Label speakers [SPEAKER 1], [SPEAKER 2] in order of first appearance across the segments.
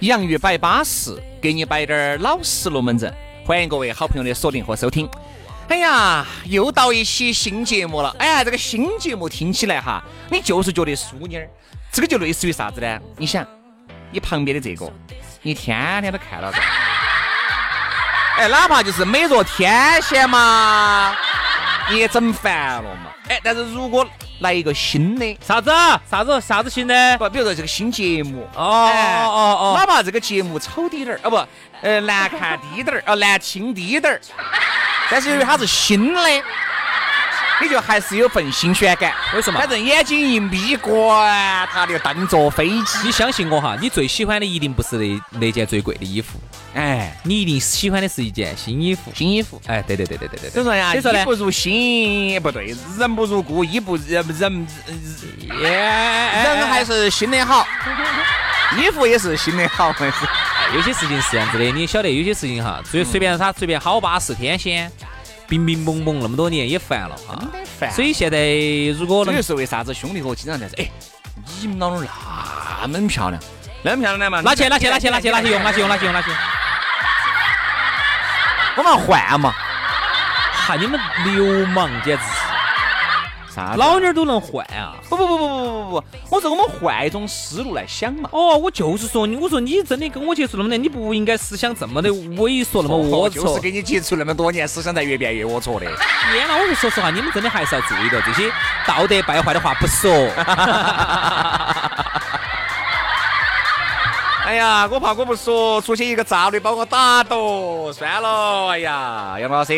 [SPEAKER 1] 洋芋摆巴适，给你摆点儿老实龙门阵。欢迎各位好朋友的锁定和收听。哎呀，又到一期新节目了。哎呀，这个新节目听起来哈，你就是觉得淑妮儿，这个就类似于啥子呢？你想，你旁边的这个，你天天都看到的。哎，哪怕就是美若天仙嘛，你也整烦了嘛。哎，但是如果来一个新的，
[SPEAKER 2] 啥子？啥子？啥子新的？
[SPEAKER 1] 不，比如说这个新节目，
[SPEAKER 2] 哦
[SPEAKER 1] 哎
[SPEAKER 2] 哦哦
[SPEAKER 1] 哪怕这个节目丑滴点儿，啊不，呃，难看滴点儿，啊难听滴点儿，但是由于它是新的，你就还是有份新鲜感。
[SPEAKER 2] 为什么
[SPEAKER 1] 反正眼睛一眯，管它就当坐飞机。
[SPEAKER 2] 你相信我哈，你最喜欢的一定不是那那件最贵的衣服，
[SPEAKER 1] 哎，
[SPEAKER 2] 你一定喜欢的是一件新衣服。
[SPEAKER 1] 新衣服。
[SPEAKER 2] 哎，对对对对对对
[SPEAKER 1] 所以
[SPEAKER 2] 对。
[SPEAKER 1] 说呀，
[SPEAKER 2] 所以说呢
[SPEAKER 1] 衣不如新，不对，人不如故，衣不人人
[SPEAKER 2] 哎
[SPEAKER 1] 人还是新的好，衣服也是新的好。
[SPEAKER 2] 有些事情是这样子的，你也晓得，有些事情哈，随随便他随便好巴适天仙，冰冰蹦蹦那么多年也烦了哈。
[SPEAKER 1] 真的烦
[SPEAKER 2] 所以现在如果
[SPEAKER 1] 这
[SPEAKER 2] 能
[SPEAKER 1] 就是为啥子兄弟伙经常在说，哎，你们老娘那么漂亮，那么漂亮嘛，
[SPEAKER 2] 拿去拿去拿去拿去拿去用拿
[SPEAKER 1] 拿
[SPEAKER 2] 去用拿去用拿去用，
[SPEAKER 1] 我们换嘛，
[SPEAKER 2] 哈你们流氓简直是，
[SPEAKER 1] 啥老
[SPEAKER 2] 老妞儿都能换啊！
[SPEAKER 1] 不不不不不不不不，我说我们换一种思路来想嘛，
[SPEAKER 2] 哦，我就是说你，我说你真的跟我接触那么年，你不应该思想这么的猥琐，那么龌龊。
[SPEAKER 1] 就是跟你接触那么多年，思想才越变越龌龊的。
[SPEAKER 2] 天呐，我说实话，你们真的还是要注意到这些道德败坏的话不 说。
[SPEAKER 1] 哎呀，我怕我不说，出去一个渣女把我打倒，算了。哎呀，杨老师，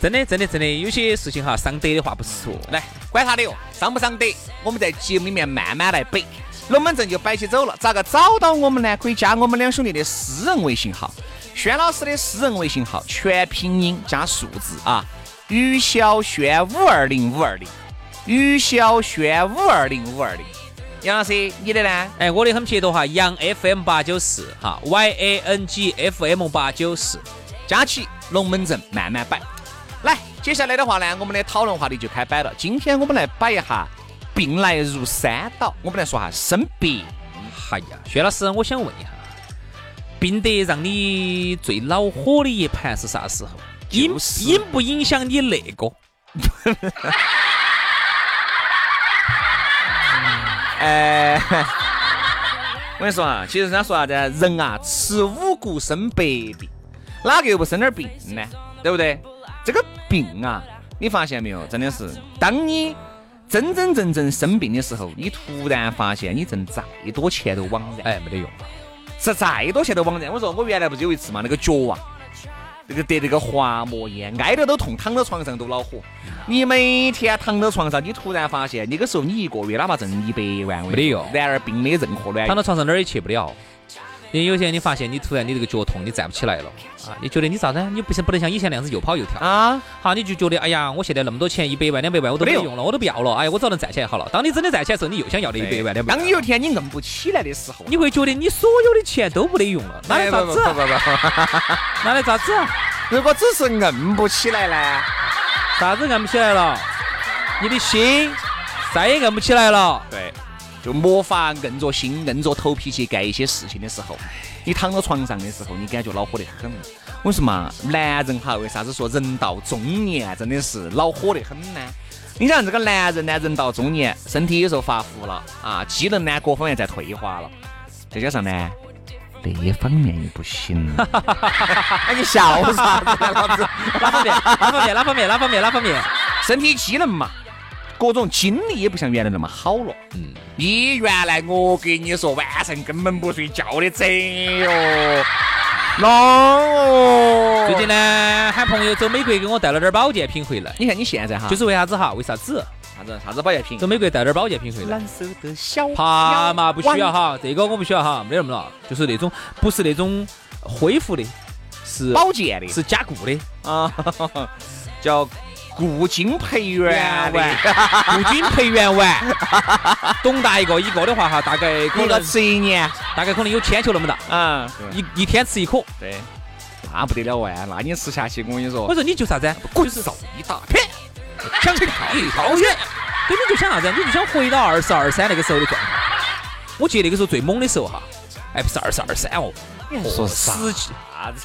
[SPEAKER 2] 真的，真的，真的，有些事情哈，伤德的话不说。
[SPEAKER 1] 来，管他的哟，伤不伤得，我们在节目里面慢慢来摆。龙门阵就摆起走了，咋个找到我们呢？可以加我们两兄弟的私人微信号，轩老师的私人微信号，全拼音加数字啊，于小轩五二零五二零，于小轩五二零五二零。杨老师，你的呢？
[SPEAKER 2] 哎，我的很撇脱哈，杨 FM 八九四哈，Y A N G F M 八九四。
[SPEAKER 1] 加起龙门阵慢慢摆。来，接下来的话呢，我们的讨论话题就开摆了。今天我们来摆一下病来如山倒，我们来说下生病。
[SPEAKER 2] 哎呀，薛老师，我想问一下，病得让你最恼火的一盘是啥时候？影
[SPEAKER 1] 就是
[SPEAKER 2] 影不影响你那个？
[SPEAKER 1] 哎，我跟你说啊，其实人家说啥子，人啊，吃五谷生百病，哪个又不生点病呢？对不对？这个病啊，你发现没有？真的是，当你真真正正生病的时候，你突然发现你挣再多钱都枉然。
[SPEAKER 2] 哎，没得用了。
[SPEAKER 1] 是再多钱都枉然。我说我原来不是有一次嘛，那个脚啊，那个得那个滑膜炎，挨着都痛，躺到床上都恼火。你每天躺到床上，你突然发现那个时候你一个月哪怕挣一百万，
[SPEAKER 2] 没得用
[SPEAKER 1] 然而并没有任何卵用。
[SPEAKER 2] 躺到床上哪儿也去不了。因为有些人你发现你突然你这个脚痛，你站不起来了啊，你觉得你咋子？你不是不能像以前那样子又跑又跳，
[SPEAKER 1] 啊，
[SPEAKER 2] 好，你就觉得哎呀，我现在那么多钱，一百万、两百万我都
[SPEAKER 1] 没
[SPEAKER 2] 没
[SPEAKER 1] 有
[SPEAKER 2] 用了，我都不要了，哎呀，我只要能站起来好了。当你真的站起来的时候，你又想要那一百万、两百
[SPEAKER 1] 当
[SPEAKER 2] 万
[SPEAKER 1] 你，哎有一天你硬不起来的时候，
[SPEAKER 2] 你会觉得你所有的钱都没得用了，拿来咋子？啊
[SPEAKER 1] 哎不不不不
[SPEAKER 2] 拿来咋子？啊
[SPEAKER 1] 不，如果只是硬不起来呢？
[SPEAKER 2] 啥子按不起来了？你的心再也按不起来了。
[SPEAKER 1] 对，就没法硬着心、硬着头皮去干一些事情的时候，你躺到床上的时候，你感觉恼火得很。我说嘛，男人哈，为啥子说人到中年真的是恼火得很呢？你想这个男人呢，人到中年， 身体有时候发福了啊，机能呢各方面在退化了，再加上呢，那一方面也不行。
[SPEAKER 2] 那哎你笑啥子？哪方面？哪方面？哪方面？哪方面？哪方面？
[SPEAKER 1] 身体机能嘛，各种精力也不像原来那么好了。嗯，你原来我跟你说晚上根本不睡觉的，这哟，那哦
[SPEAKER 2] 最近呢，喊朋友走美国给我带了点儿保健品回来，
[SPEAKER 1] 你看你现在哈，
[SPEAKER 2] 就是为啥子哈？为啥子？
[SPEAKER 1] 啥子啥子保健品
[SPEAKER 2] 走，美国带点儿保健品回来。
[SPEAKER 1] 手的小
[SPEAKER 2] 爬嘛不需要哈，这个我不需要哈，没得那么了，就是那种不是那种恢复的，是
[SPEAKER 1] 保健的
[SPEAKER 2] 是加固的，
[SPEAKER 1] 啊，叫固精培元
[SPEAKER 2] 圆
[SPEAKER 1] 丸
[SPEAKER 2] 丸，固菌培元丸，懂大一个一个的话哈，大概可
[SPEAKER 1] 一个
[SPEAKER 2] 能
[SPEAKER 1] 吃一年，
[SPEAKER 2] 大概可能有铅球那么大，
[SPEAKER 1] 嗯，
[SPEAKER 2] 一一天吃一颗。
[SPEAKER 1] 对，那不得了完，那你吃下去，我跟你
[SPEAKER 2] 我
[SPEAKER 1] 说，
[SPEAKER 2] 说你就啥子？就是
[SPEAKER 1] 手一大
[SPEAKER 2] 呸，想去好远。对，你就想啥子？你就想回到二十二三那个时候的状态。我记得那个时候最猛的时候哈，哎，不是二十二三哦，
[SPEAKER 1] 说啥
[SPEAKER 2] 十几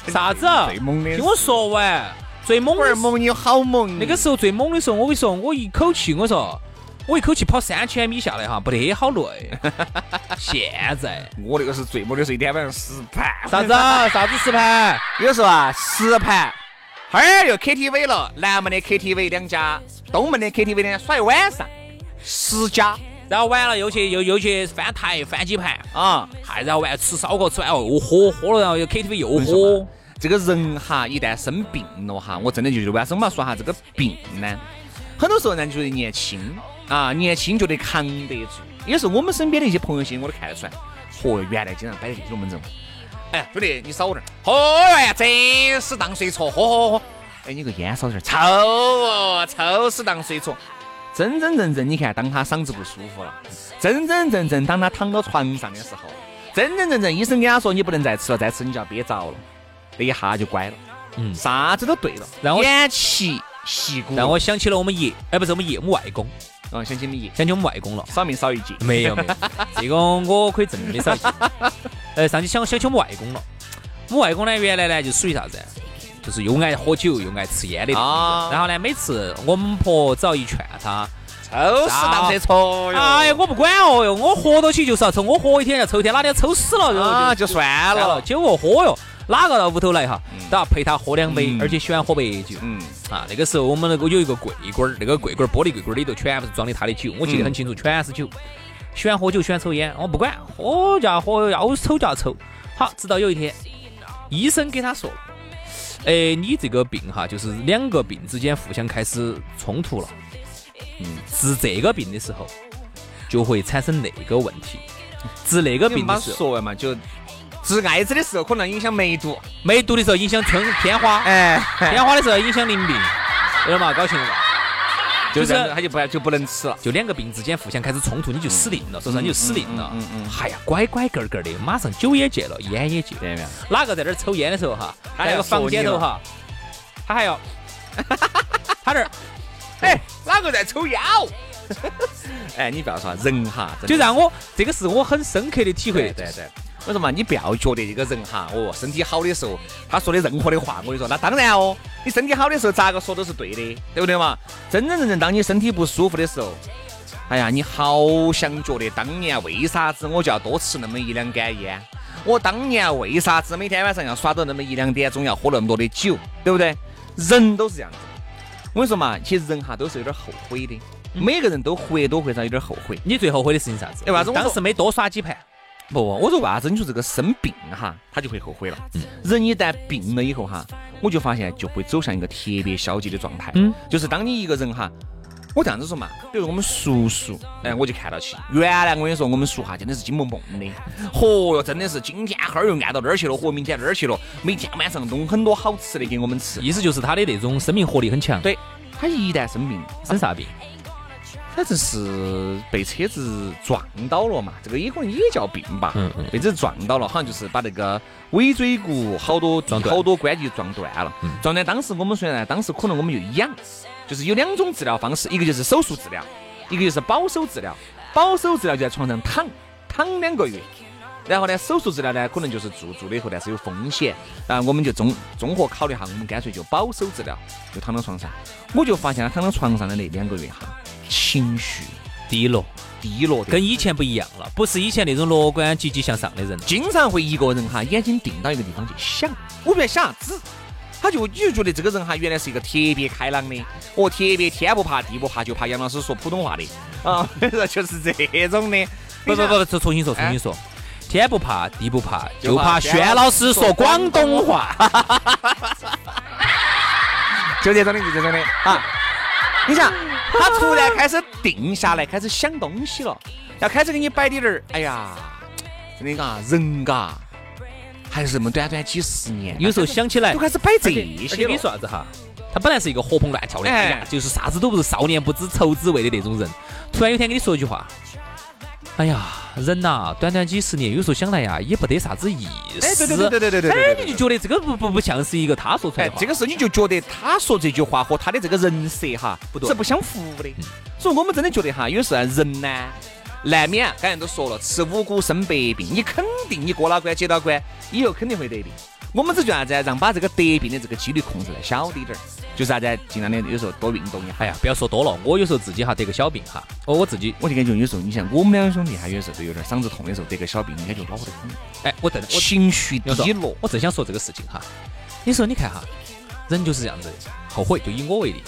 [SPEAKER 1] 子
[SPEAKER 2] 啥子？
[SPEAKER 1] 最猛的，
[SPEAKER 2] 听我说完，最猛
[SPEAKER 1] 龟
[SPEAKER 2] 的
[SPEAKER 1] 儿猛，你好猛，
[SPEAKER 2] 那个时候最猛的时候，我跟你说，我一口气，我说，我一口气跑三千米下来哈，不得好累。现在
[SPEAKER 1] 我那个是最猛的，是一天晚上十盘，
[SPEAKER 2] 啥子啊啥子实盘？
[SPEAKER 1] 有时候啊，十盘，哈儿又 KTV 了，南门的 KTV 两家，东门的 KTV 两家，耍一晚上，十家
[SPEAKER 2] 然后完了又去又又去翻台翻几盘，
[SPEAKER 1] 啊。
[SPEAKER 2] 还然后完吃烧烤吃完哦，又喝喝了，然后又 KTV 又
[SPEAKER 1] 哦
[SPEAKER 2] 喝。，
[SPEAKER 1] 这个人哈，一旦生病了哈，我真的就觉得为啥子我们要说下这个病呢？很多时候呢，就是年轻啊，年轻觉得扛得住。有时候我们身边的一些朋友些，我都看得出来，嚯，原来经常摆这种门阵。哎，兄弟，你少点儿。嚯呀，这是当谁错？嚯嚯嚯！哎，你个烟少点儿，抽哦，抽是当谁错？真真正正，你看，当他嗓子不舒服了，真真正正当他躺到床上的时候，真真正正医生跟他说你不能再吃了，再吃你就要憋着了，那一下就乖了，
[SPEAKER 2] 嗯
[SPEAKER 1] 啥子都对了，
[SPEAKER 2] 让我
[SPEAKER 1] 偃旗息鼓，
[SPEAKER 2] 让我想起了我们爷，哎，不是我们爷，我们外公，
[SPEAKER 1] 嗯想起你
[SPEAKER 2] 想起我们外公了。
[SPEAKER 1] 少命少一劫，
[SPEAKER 2] 没有没有，这个我可以证明的少一些。呃，上去想想起我们外公了，我们外公呢原来呢就属于啥子啊，就是又爱喝酒又爱吃烟的。
[SPEAKER 1] 啊
[SPEAKER 2] 然后呢，每次我们婆只要一劝他，
[SPEAKER 1] 都是当这错哟，
[SPEAKER 2] 哎呀，我不管哦哟，我活到起就是要抽，我活一天要抽一天，哪天要抽死了然后
[SPEAKER 1] 啊
[SPEAKER 2] 就
[SPEAKER 1] 就算
[SPEAKER 2] 算了，
[SPEAKER 1] 了，
[SPEAKER 2] 酒哦喝哟，哪个到屋头来哈，都要陪他喝两杯
[SPEAKER 1] 嗯，
[SPEAKER 2] 而且喜欢喝白酒。
[SPEAKER 1] 嗯，
[SPEAKER 2] 啊，那个时候我们那个有一个柜柜儿，那个柜柜儿玻璃柜柜儿里头全部是装的他的酒，我
[SPEAKER 1] 嗯
[SPEAKER 2] 记得很清楚，全是酒。喜欢喝酒，喜欢抽烟，我不管，喝就要喝，要抽就要抽。好，直到有一天，医生给他说了，哎，你这个病哈，就是两个病之间互相开始冲突了。嗯，治这个病的时候，就会产生那个问题；治那个
[SPEAKER 1] 你
[SPEAKER 2] 病
[SPEAKER 1] 把
[SPEAKER 2] 的
[SPEAKER 1] 它
[SPEAKER 2] 时候，
[SPEAKER 1] 说完嘛，就治艾滋的时候可能影响梅毒，
[SPEAKER 2] 梅毒的时候影响春天花，
[SPEAKER 1] 哎，
[SPEAKER 2] 天花的时候影响淋病，有点嘛，高兴了吧？
[SPEAKER 1] 就
[SPEAKER 2] 就是是
[SPEAKER 1] 他就不就不能吃了，
[SPEAKER 2] 就两个病之间互相开始冲突，你就死定了，是不是？你就死定了。
[SPEAKER 1] 嗯嗯嗯
[SPEAKER 2] 哎呀，乖乖个儿个儿的，马上酒也戒了，烟也戒。
[SPEAKER 1] 对没有？
[SPEAKER 2] 哪个在那儿抽烟的时候哈，
[SPEAKER 1] 他还
[SPEAKER 2] 在那
[SPEAKER 1] 要
[SPEAKER 2] 个
[SPEAKER 1] 说
[SPEAKER 2] 房间
[SPEAKER 1] 你
[SPEAKER 2] 头
[SPEAKER 1] 了
[SPEAKER 2] 哈，他还要， 他那儿
[SPEAKER 1] 哎，哪个在抽烟哦？ 哎，你不要说人哈，
[SPEAKER 2] 就
[SPEAKER 1] 就
[SPEAKER 2] 让我这个是我很深刻的体
[SPEAKER 1] 对
[SPEAKER 2] 会。
[SPEAKER 1] 对对。我说嘛，你不要觉得这个人哈，哦，身体好的时候，他说的任何的话，我跟你说，那当然哦，你身体好的时候，咋个说都是对的，对不对嘛？真真正正，当你身体不舒服的时候，哎呀，你好想觉得当年为啥子我就要多吃那么一两杆烟？我当年为啥子每天晚上要耍到那么一两点钟，要喝那么多的酒，对不对？人都是这样子的。我跟你说嘛，其实人哈都是有点后悔的，每个人都或多或少有点后悔。
[SPEAKER 2] 你最后悔的事情啥子？
[SPEAKER 1] 哎为啥子我
[SPEAKER 2] 当
[SPEAKER 1] 说
[SPEAKER 2] 时没多耍几盘。
[SPEAKER 1] 不，我说为啥子你说这个生病哈，他就会后悔了。
[SPEAKER 2] 嗯
[SPEAKER 1] 人一旦病了以后哈，我就发现就会走向一个特别消极的状态。
[SPEAKER 2] 嗯，
[SPEAKER 1] 就是当你一个人哈，我这样子说嘛，比如我们叔叔，哎，我就看到起。原来我跟你说，我们叔哈真的是金梦梦的，哦嚯哟，真的是今天哈儿又按到那儿去了，嚯，哦明天那儿去了，每天晚上弄很多好吃的给我们吃。
[SPEAKER 2] 意思就是他的那种生命活力很强。，
[SPEAKER 1] 对，他一旦生病，
[SPEAKER 2] 生啥病？
[SPEAKER 1] 反正是被车子撞到了嘛，这个也可能也叫病吧。
[SPEAKER 2] 嗯嗯
[SPEAKER 1] 被车子撞到了，好像就是把那个尾椎骨好多
[SPEAKER 2] 撞断嗯
[SPEAKER 1] 好多关节撞断了。撞断当时我们虽然当时可能我们又痒，就是有两种治疗方式，一个就是手术治疗，一个就是保守治疗。保守治疗就在床上躺躺两个月。然后呢，手术治疗呢，可能就是做做了以后，但是有风险，然后我们就综综合考虑一下，我们干脆就保守治疗，就躺到床上。我就发现他躺到床上的那两个月哈，情绪
[SPEAKER 2] 低落，
[SPEAKER 1] 低落的，
[SPEAKER 2] 跟以前不一样了，不是以前那种乐观、积极向上的人了。
[SPEAKER 1] 经常会一个人哈，眼睛定到一个地方去想，我不晓得想啥子，他就你就觉得这个人哈，原来是一个特别开朗的，哦，特别天不怕地不怕，就怕杨老师说普通话的啊， 就是这种的。
[SPEAKER 2] 不不
[SPEAKER 1] 你想，
[SPEAKER 2] 不，重重新说，重新说。天不怕地不怕，
[SPEAKER 1] 就
[SPEAKER 2] 哎就
[SPEAKER 1] 怕
[SPEAKER 2] 怕
[SPEAKER 1] 轩
[SPEAKER 2] 轩
[SPEAKER 1] 老
[SPEAKER 2] 老师
[SPEAKER 1] 师
[SPEAKER 2] 说
[SPEAKER 1] 说广
[SPEAKER 2] 广
[SPEAKER 1] 东
[SPEAKER 2] 东话。
[SPEAKER 1] 就这种的，就这种的啊。你想，他突然开始定下来，开始想东西了，要开始给你摆点儿。哎呀，真的嘎，人嘎，还是这么短短几十年，
[SPEAKER 2] 有时候想起来
[SPEAKER 1] 就，开始摆这
[SPEAKER 2] 而
[SPEAKER 1] 些
[SPEAKER 2] 且你
[SPEAKER 1] 了。
[SPEAKER 2] 说啥子哈？他本来是一个活蹦乱跳的，哎
[SPEAKER 1] 哎
[SPEAKER 2] 呀，就是啥子都不是，少年不知愁滋味的那种人。突然有一天跟你说一句话，哎呀，人呐、短短几十年，有时候想来呀，也不得啥子意思。
[SPEAKER 1] 哎，对对对对对对对对
[SPEAKER 2] 哎，
[SPEAKER 1] 对
[SPEAKER 2] 你就觉得这个不不不像是一个他说出来
[SPEAKER 1] 哎
[SPEAKER 2] 的，话。
[SPEAKER 1] 这个时候你就觉得他说这句话和他的这个人设哈
[SPEAKER 2] 不对嗯
[SPEAKER 1] 是不相符的，所以我们真的觉得哈，有时候人呢，难免刚才都说了，吃五谷生百病，你肯定你过了关接到关，以后肯定会得病。我们只觉得啥子啊？让把这个得病的这个几率控制来小滴点儿，就是啥子啊？尽量的有时候多运动一下。
[SPEAKER 2] 哎呀，不要说多了，我有时候自己哈得个小病哈，哦我我自己，
[SPEAKER 1] 我就感觉有时候，你像我们两兄弟哈，有时候都有点嗓子痛的时候得个小病，感觉恼得很，
[SPEAKER 2] 哎，我真的我
[SPEAKER 1] 情绪
[SPEAKER 2] 你
[SPEAKER 1] 低落。
[SPEAKER 2] 我正想说这个事情哈。你说，你看哈，人就是这样子，后悔就以我为例。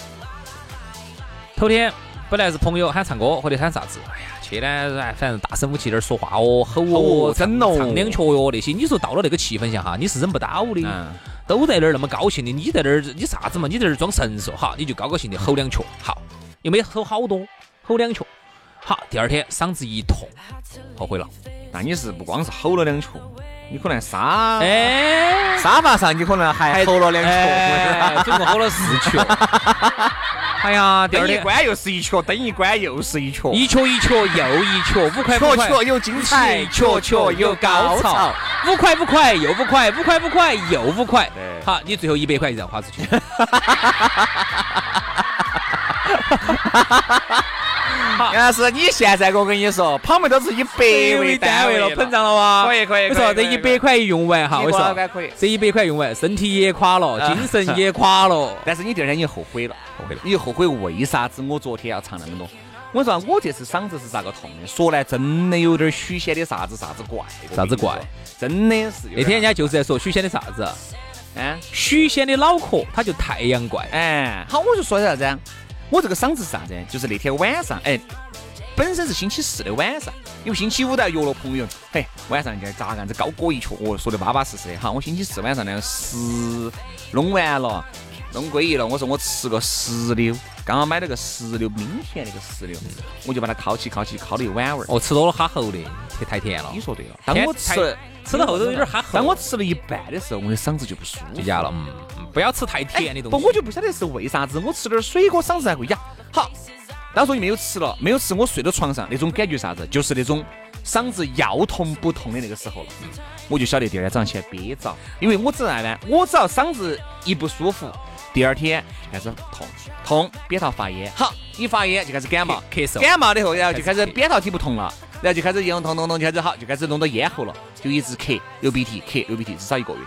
[SPEAKER 2] 头天本来是朋友喊唱歌或者喊啥子，哎呀，去呢，哎，反正大声武器点儿说话哦，吼哦，
[SPEAKER 1] 哦真
[SPEAKER 2] 唱
[SPEAKER 1] 哦
[SPEAKER 2] 唱两曲哟那些。你说到了那个气氛下哈，你是忍不到的，
[SPEAKER 1] 嗯，
[SPEAKER 2] 都在那儿那么高兴的，你在那儿你啥子嘛？你在那儿装神兽哈，你就高高兴兴地吼两曲，好，又没吼好多，吼两曲，好，第二天嗓子一痛，后悔了，
[SPEAKER 1] 那你是不光是吼了两球，你可能沙
[SPEAKER 2] 哎。
[SPEAKER 1] 沙发上你可能还吼了两球。
[SPEAKER 2] 哎，总共吼了四球。哎呀，第二
[SPEAKER 1] 蹬一
[SPEAKER 2] 天
[SPEAKER 1] 关又是一球，蹬一关又是一球，
[SPEAKER 2] 一球一球又一球，五块五
[SPEAKER 1] 球
[SPEAKER 2] 块
[SPEAKER 1] 球又精彩，球
[SPEAKER 2] 球球
[SPEAKER 1] 球
[SPEAKER 2] 哎又
[SPEAKER 1] 又
[SPEAKER 2] 高
[SPEAKER 1] 高
[SPEAKER 2] 潮
[SPEAKER 1] 潮。，
[SPEAKER 2] 五块五块又五块，五块五块又五块
[SPEAKER 1] 对。
[SPEAKER 2] 好，你最后一百块就这样花出去。
[SPEAKER 1] 杨老师，你现在我跟你说，旁边都是以百为
[SPEAKER 2] 单位
[SPEAKER 1] 位
[SPEAKER 2] 了，膨胀了哇！
[SPEAKER 1] 可以可以
[SPEAKER 2] 我说
[SPEAKER 1] 可
[SPEAKER 2] 这
[SPEAKER 1] 以可以
[SPEAKER 2] 一百块用完哈，
[SPEAKER 1] 一
[SPEAKER 2] 我
[SPEAKER 1] 百
[SPEAKER 2] 说
[SPEAKER 1] 块可以
[SPEAKER 2] 这一百块用完，身体也垮了，
[SPEAKER 1] 啊
[SPEAKER 2] 精神也垮了。
[SPEAKER 1] 但是你第二天你后悔了，后悔了，你后悔为啥子我昨天要唱那么多？我说我这次嗓子是咋个痛的？说来真的有点许仙的啥子啥子怪，我跟你
[SPEAKER 2] 啥子怪
[SPEAKER 1] 说？真的是有
[SPEAKER 2] 那天人
[SPEAKER 1] 点
[SPEAKER 2] 家就是在说许仙的啥子啊，
[SPEAKER 1] 哎
[SPEAKER 2] 许仙的脑壳他就太阳怪。
[SPEAKER 1] 哎，好，我就说啥子啊？我这个嗓子是啥子？就是那天晚上，哎，本身是星期四的晚上，因为星期五都要约了朋友，嘿，晚上就咋个样子高歌一曲，哦，说的巴巴适适的。好，我星期四晚上呢十弄完了，弄归一了，我说我吃个石榴，刚好买了个石榴，明天那个石榴，我就把它烤起烤起，烤了一碗味儿。
[SPEAKER 2] 哦，吃多了哈喉的，太太甜了
[SPEAKER 1] 你。说对了，当我吃了
[SPEAKER 2] 吃到后头有点哈喉。
[SPEAKER 1] 当我吃了一半的时候，我的嗓子就不舒服
[SPEAKER 2] 就压了，嗯，嗯不要吃太甜的东西。
[SPEAKER 1] 哎不，我就不晓得是为啥子，我吃点水果嗓子还会哑。好，当时我就没有吃了，没有吃，我睡到床上那种感觉啥子，就是那种嗓子要痛不痛的那个时候了。
[SPEAKER 2] 嗯
[SPEAKER 1] 我就晓得第二天早上起来憋着，因为我只啥呢？我只要嗓子一不舒服，第二天就开始痛，痛扁桃发炎，好，一发炎就开始感冒，
[SPEAKER 2] 咳嗽
[SPEAKER 1] 感冒了以后，然后就开
[SPEAKER 2] 开始
[SPEAKER 1] 始
[SPEAKER 2] 咳
[SPEAKER 1] 扁桃体不痛了，然后就开始咽痛痛痛，就开始好，就开始弄到咽喉了，就一直咳，流鼻涕，咳，流鼻涕，至少一个月。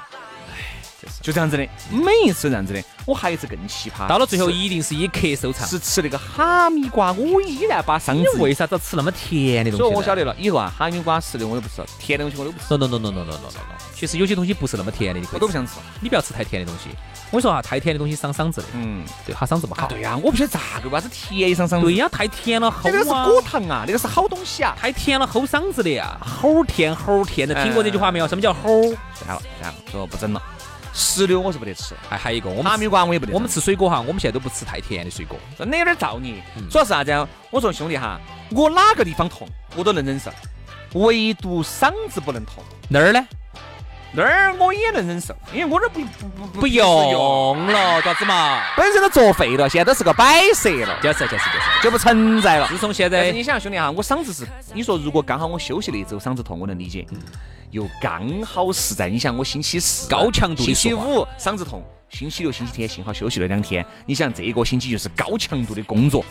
[SPEAKER 1] 就这样子的，每一次这样子的，我还有一次更奇葩。
[SPEAKER 2] 到了最后一定是以咳收场。
[SPEAKER 1] 是吃那个哈密瓜，我依然把嗓
[SPEAKER 2] 你
[SPEAKER 1] 子。
[SPEAKER 2] 为啥子要吃那么甜的东西？
[SPEAKER 1] 所以我晓。得了，以后啊，哈密瓜吃的我都不吃，甜的东西我都不吃，
[SPEAKER 2] no no no no no no no no no。其实有些东西不是那么甜的，你可
[SPEAKER 1] 我
[SPEAKER 2] 以
[SPEAKER 1] 都不想吃。
[SPEAKER 2] 你不要吃太甜的东西。我说哈，啊太甜的东西伤嗓子的，
[SPEAKER 1] 嗯，
[SPEAKER 2] 对哈嗓子不
[SPEAKER 1] 啊
[SPEAKER 2] 好。
[SPEAKER 1] 对呀、我不晓得咋个，为啥子甜一上上。
[SPEAKER 2] 对呀，太甜了齁
[SPEAKER 1] 这个是
[SPEAKER 2] 啊！
[SPEAKER 1] 果糖啊，那个是好东西啊。
[SPEAKER 2] 太甜了齁嗓子的呀，齁甜齁甜的。
[SPEAKER 1] 哎
[SPEAKER 2] 听过这句话没有？什么叫齁？
[SPEAKER 1] 算了算了，说不整了。石榴我是不得吃，
[SPEAKER 2] 哎，还有一个我
[SPEAKER 1] 哈密
[SPEAKER 2] 们
[SPEAKER 1] 瓜我也不得吃。
[SPEAKER 2] 我们吃水果哈，我们现在都不吃太甜的水果。
[SPEAKER 1] 真的有点造孽。主要是啥子啊？我说兄弟哈，我哪个地方痛我都能忍受，唯独嗓子不能痛。
[SPEAKER 2] 那儿呢？
[SPEAKER 1] 那儿我也能忍受，因为我这不不不
[SPEAKER 2] 不用了，咋子嘛？
[SPEAKER 1] 本身都作废了，现在都是个摆设了，
[SPEAKER 2] 解释解释解释。
[SPEAKER 1] 就不存在了。
[SPEAKER 2] 自从现
[SPEAKER 1] 但是
[SPEAKER 2] 在
[SPEAKER 1] 你想，兄弟啊哈，我嗓子是，你说如果刚好我休息了一周，嗓子痛，我能理解。又刚好是在你想，我星期四
[SPEAKER 2] 高强度
[SPEAKER 1] 星
[SPEAKER 2] 的
[SPEAKER 1] 期
[SPEAKER 2] 说话
[SPEAKER 1] 五嗓子痛，星期六、星期天幸好休息了两天。你想这一个星期就是高强度的工作，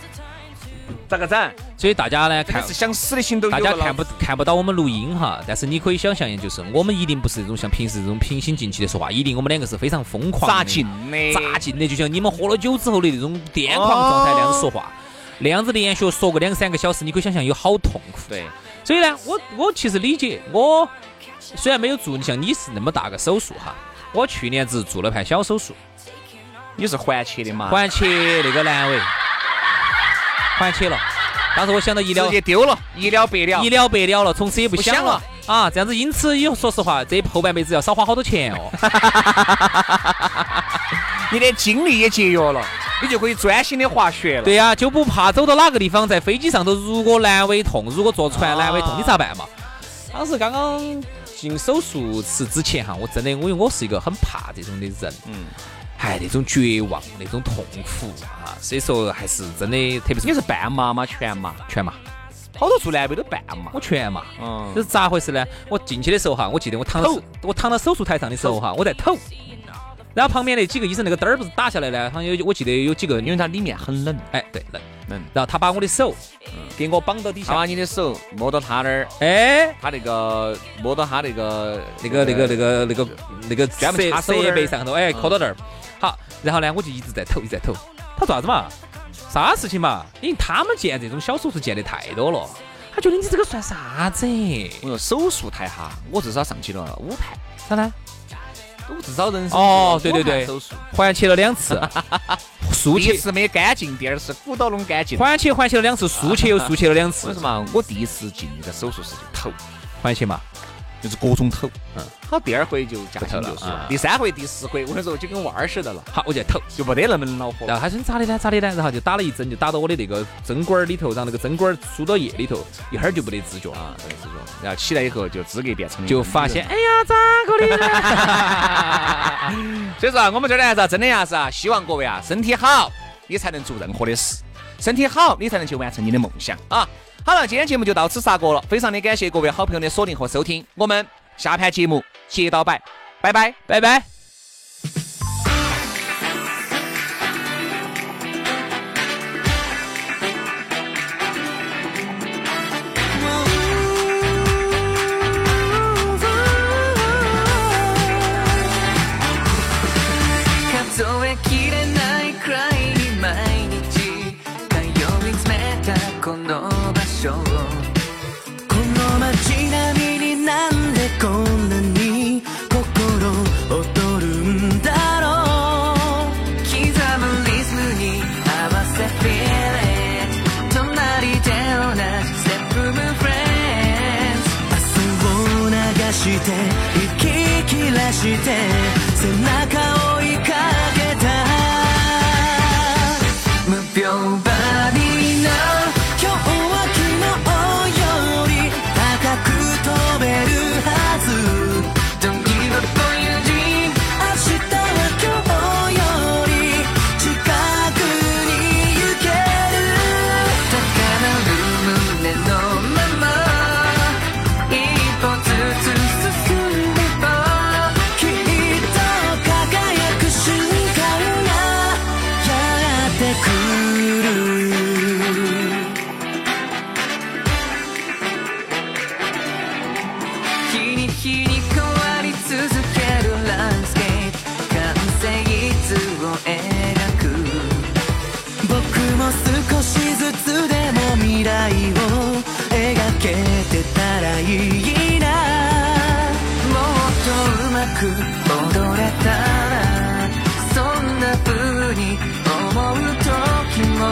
[SPEAKER 1] 咋个整？
[SPEAKER 2] 所以大家呢
[SPEAKER 1] 这
[SPEAKER 2] 看
[SPEAKER 1] 个是想死的 心都有
[SPEAKER 2] 大
[SPEAKER 1] 了
[SPEAKER 2] 家看不看不到我们录音哈，但是你可以想象一下，就是我们一定不是那种像平时这种平心静气的说话，一定我们两个是非常疯狂的
[SPEAKER 1] 咋进的？
[SPEAKER 2] 扎进的，就像你们喝了酒之后的那种癫狂状态那样说话。
[SPEAKER 1] 嗯
[SPEAKER 2] 那样子连续说个两三个小时，你可以想象有好痛苦。
[SPEAKER 1] 对，
[SPEAKER 2] 所以呢，我我其实理解，我虽然没有做像你是那么大个手术哈，我去年只做了盘小手术，
[SPEAKER 1] 你是环切的嘛？
[SPEAKER 2] 环切那个阑尾，环切了。当时我想到医疗
[SPEAKER 1] 直接丢了，一了百了
[SPEAKER 2] 一。了百了了，从此也不
[SPEAKER 1] 不想
[SPEAKER 2] 想了啊！这样子，因此以后说实话，这后半辈子要少花好多钱哦。
[SPEAKER 1] 你的精力也节约了，你就可以专心的滑雪了。
[SPEAKER 2] 对呀、就不怕走到哪个地方，在飞机上头，如果阑尾痛，如果坐船阑尾痛，你咋办嘛？当时刚刚进手术室之前哈，我真的，因为我是一个很怕这种的人，
[SPEAKER 1] 嗯，
[SPEAKER 2] 哎，那种绝望，那种痛苦啊，所以说还是真的，特别
[SPEAKER 1] 你是
[SPEAKER 2] 是
[SPEAKER 1] 半麻吗？全麻？
[SPEAKER 2] 全麻，
[SPEAKER 1] 好多做南北都半麻
[SPEAKER 2] 我。全麻。
[SPEAKER 1] 嗯
[SPEAKER 2] 这是咋回事呢？我进去的时候哈，我记得我躺到
[SPEAKER 1] 吐
[SPEAKER 2] 我躺到手术台上的时候哈，我在吐，然后旁边那几个医生那个灯儿不是打下来呢，好像有我记得有几个
[SPEAKER 1] 因为它里面很冷，
[SPEAKER 2] 哎对冷，
[SPEAKER 1] 冷
[SPEAKER 2] 然后他把我的手
[SPEAKER 1] 嗯
[SPEAKER 2] 给我绑到底
[SPEAKER 1] 他
[SPEAKER 2] 下，
[SPEAKER 1] 把你的手摸到他那儿，
[SPEAKER 2] 哎。
[SPEAKER 1] 他那个摸到他那个
[SPEAKER 2] 那个那个那个那个那个
[SPEAKER 1] 专门
[SPEAKER 2] 设
[SPEAKER 1] 插手那儿
[SPEAKER 2] 设备上头，哎，
[SPEAKER 1] 嗯
[SPEAKER 2] 靠到那儿。好，然后呢，我就一直在投，一直在投。他说啥子嘛？啥事情嘛？因为他们见这种小手术见得太多了，他觉得你这个算啥 子？
[SPEAKER 1] 我说手术台哈，我至少上去了五盘，
[SPEAKER 2] 啥呢？
[SPEAKER 1] 我至少人生
[SPEAKER 2] 哦
[SPEAKER 1] 做了
[SPEAKER 2] 对
[SPEAKER 1] 五
[SPEAKER 2] 对
[SPEAKER 1] 盘
[SPEAKER 2] 对
[SPEAKER 1] 手术
[SPEAKER 2] 环切了两次，啊 竖
[SPEAKER 1] 第一
[SPEAKER 2] 切
[SPEAKER 1] 次没干净，第二次鼓捣弄干净。
[SPEAKER 2] 环切环切了两次，竖切又竖切了两
[SPEAKER 1] 为
[SPEAKER 2] 次
[SPEAKER 1] 什，么？我第一次进那个手术室就头，
[SPEAKER 2] 环切嘛。
[SPEAKER 1] 就是各种头。
[SPEAKER 2] 嗯
[SPEAKER 1] 嗯，好，第二回就驾轻就
[SPEAKER 2] 不
[SPEAKER 1] 熟
[SPEAKER 2] 投了
[SPEAKER 1] 了
[SPEAKER 2] 啊，
[SPEAKER 1] 第三回、第四回，我跟你说，就跟娃儿似的了，
[SPEAKER 2] 好，我就投。
[SPEAKER 1] 就没得那么恼火
[SPEAKER 2] 然
[SPEAKER 1] 了。
[SPEAKER 2] 后他说你咋的呢？咋的呢？然后就打了一针，就打到我的那个针管儿里头，让那个针管儿输到液里头，一会儿就没得知觉了。
[SPEAKER 1] 啊，对，是这种。然后起来以后就资格变成
[SPEAKER 2] 就发现，哎呀，
[SPEAKER 1] 所以说啊，我们这儿呢是啊真的呀是啊，希望各位啊身体好，你才能做任何的事；身体好，你才能去完成你的梦想啊。好了，今天节目就到此煞过了，非常的感谢各位好朋友的锁定和收听，我们下盘节目接到摆，拜拜，拜拜。
[SPEAKER 3] 数えきれないくらいに毎日通い詰めたこの場所をこの街並みになんでこんなに心躍るんだろう刻むリズムに合わせ Feel it 隣で同じステップ Move Friends 明日を流して息切らして背中を追いかけた無病バディの今日は昨日より高く飛べるはず Don't give up on your dream 明日は今日より近くに行ける高鳴る胸のまま一歩ずつ進んでいこうきっと輝く瞬間がやってくる日に日に変わり続けるランスケープ完成図を描く僕も少しずつでも未来を描けてたらいいなもっとうまく踊れたらそんな風に思う時も積み上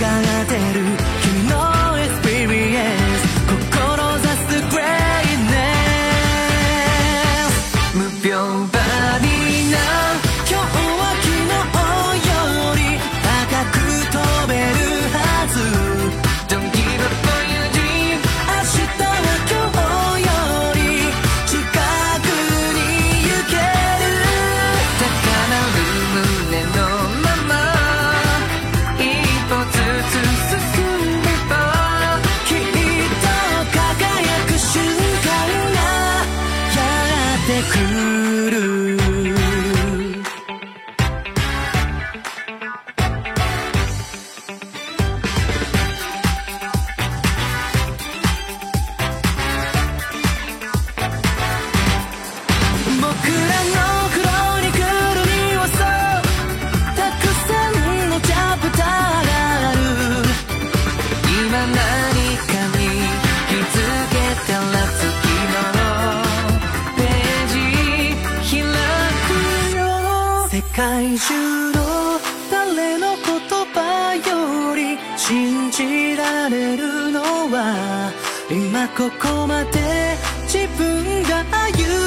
[SPEAKER 3] がってる君のエスピリエンス志すグレイネス無病バディな今日は昨日より高く飛べるはず Don't give up on your dream 明日は今日より近くに行ける高鳴る胸のまま一歩ずつ進んでいこうきっと輝く瞬間がやってくる僕らの黒にくるみはそうたくさんのチャプターが界中の誰の言葉より信じられるのは今ここまで自分が歩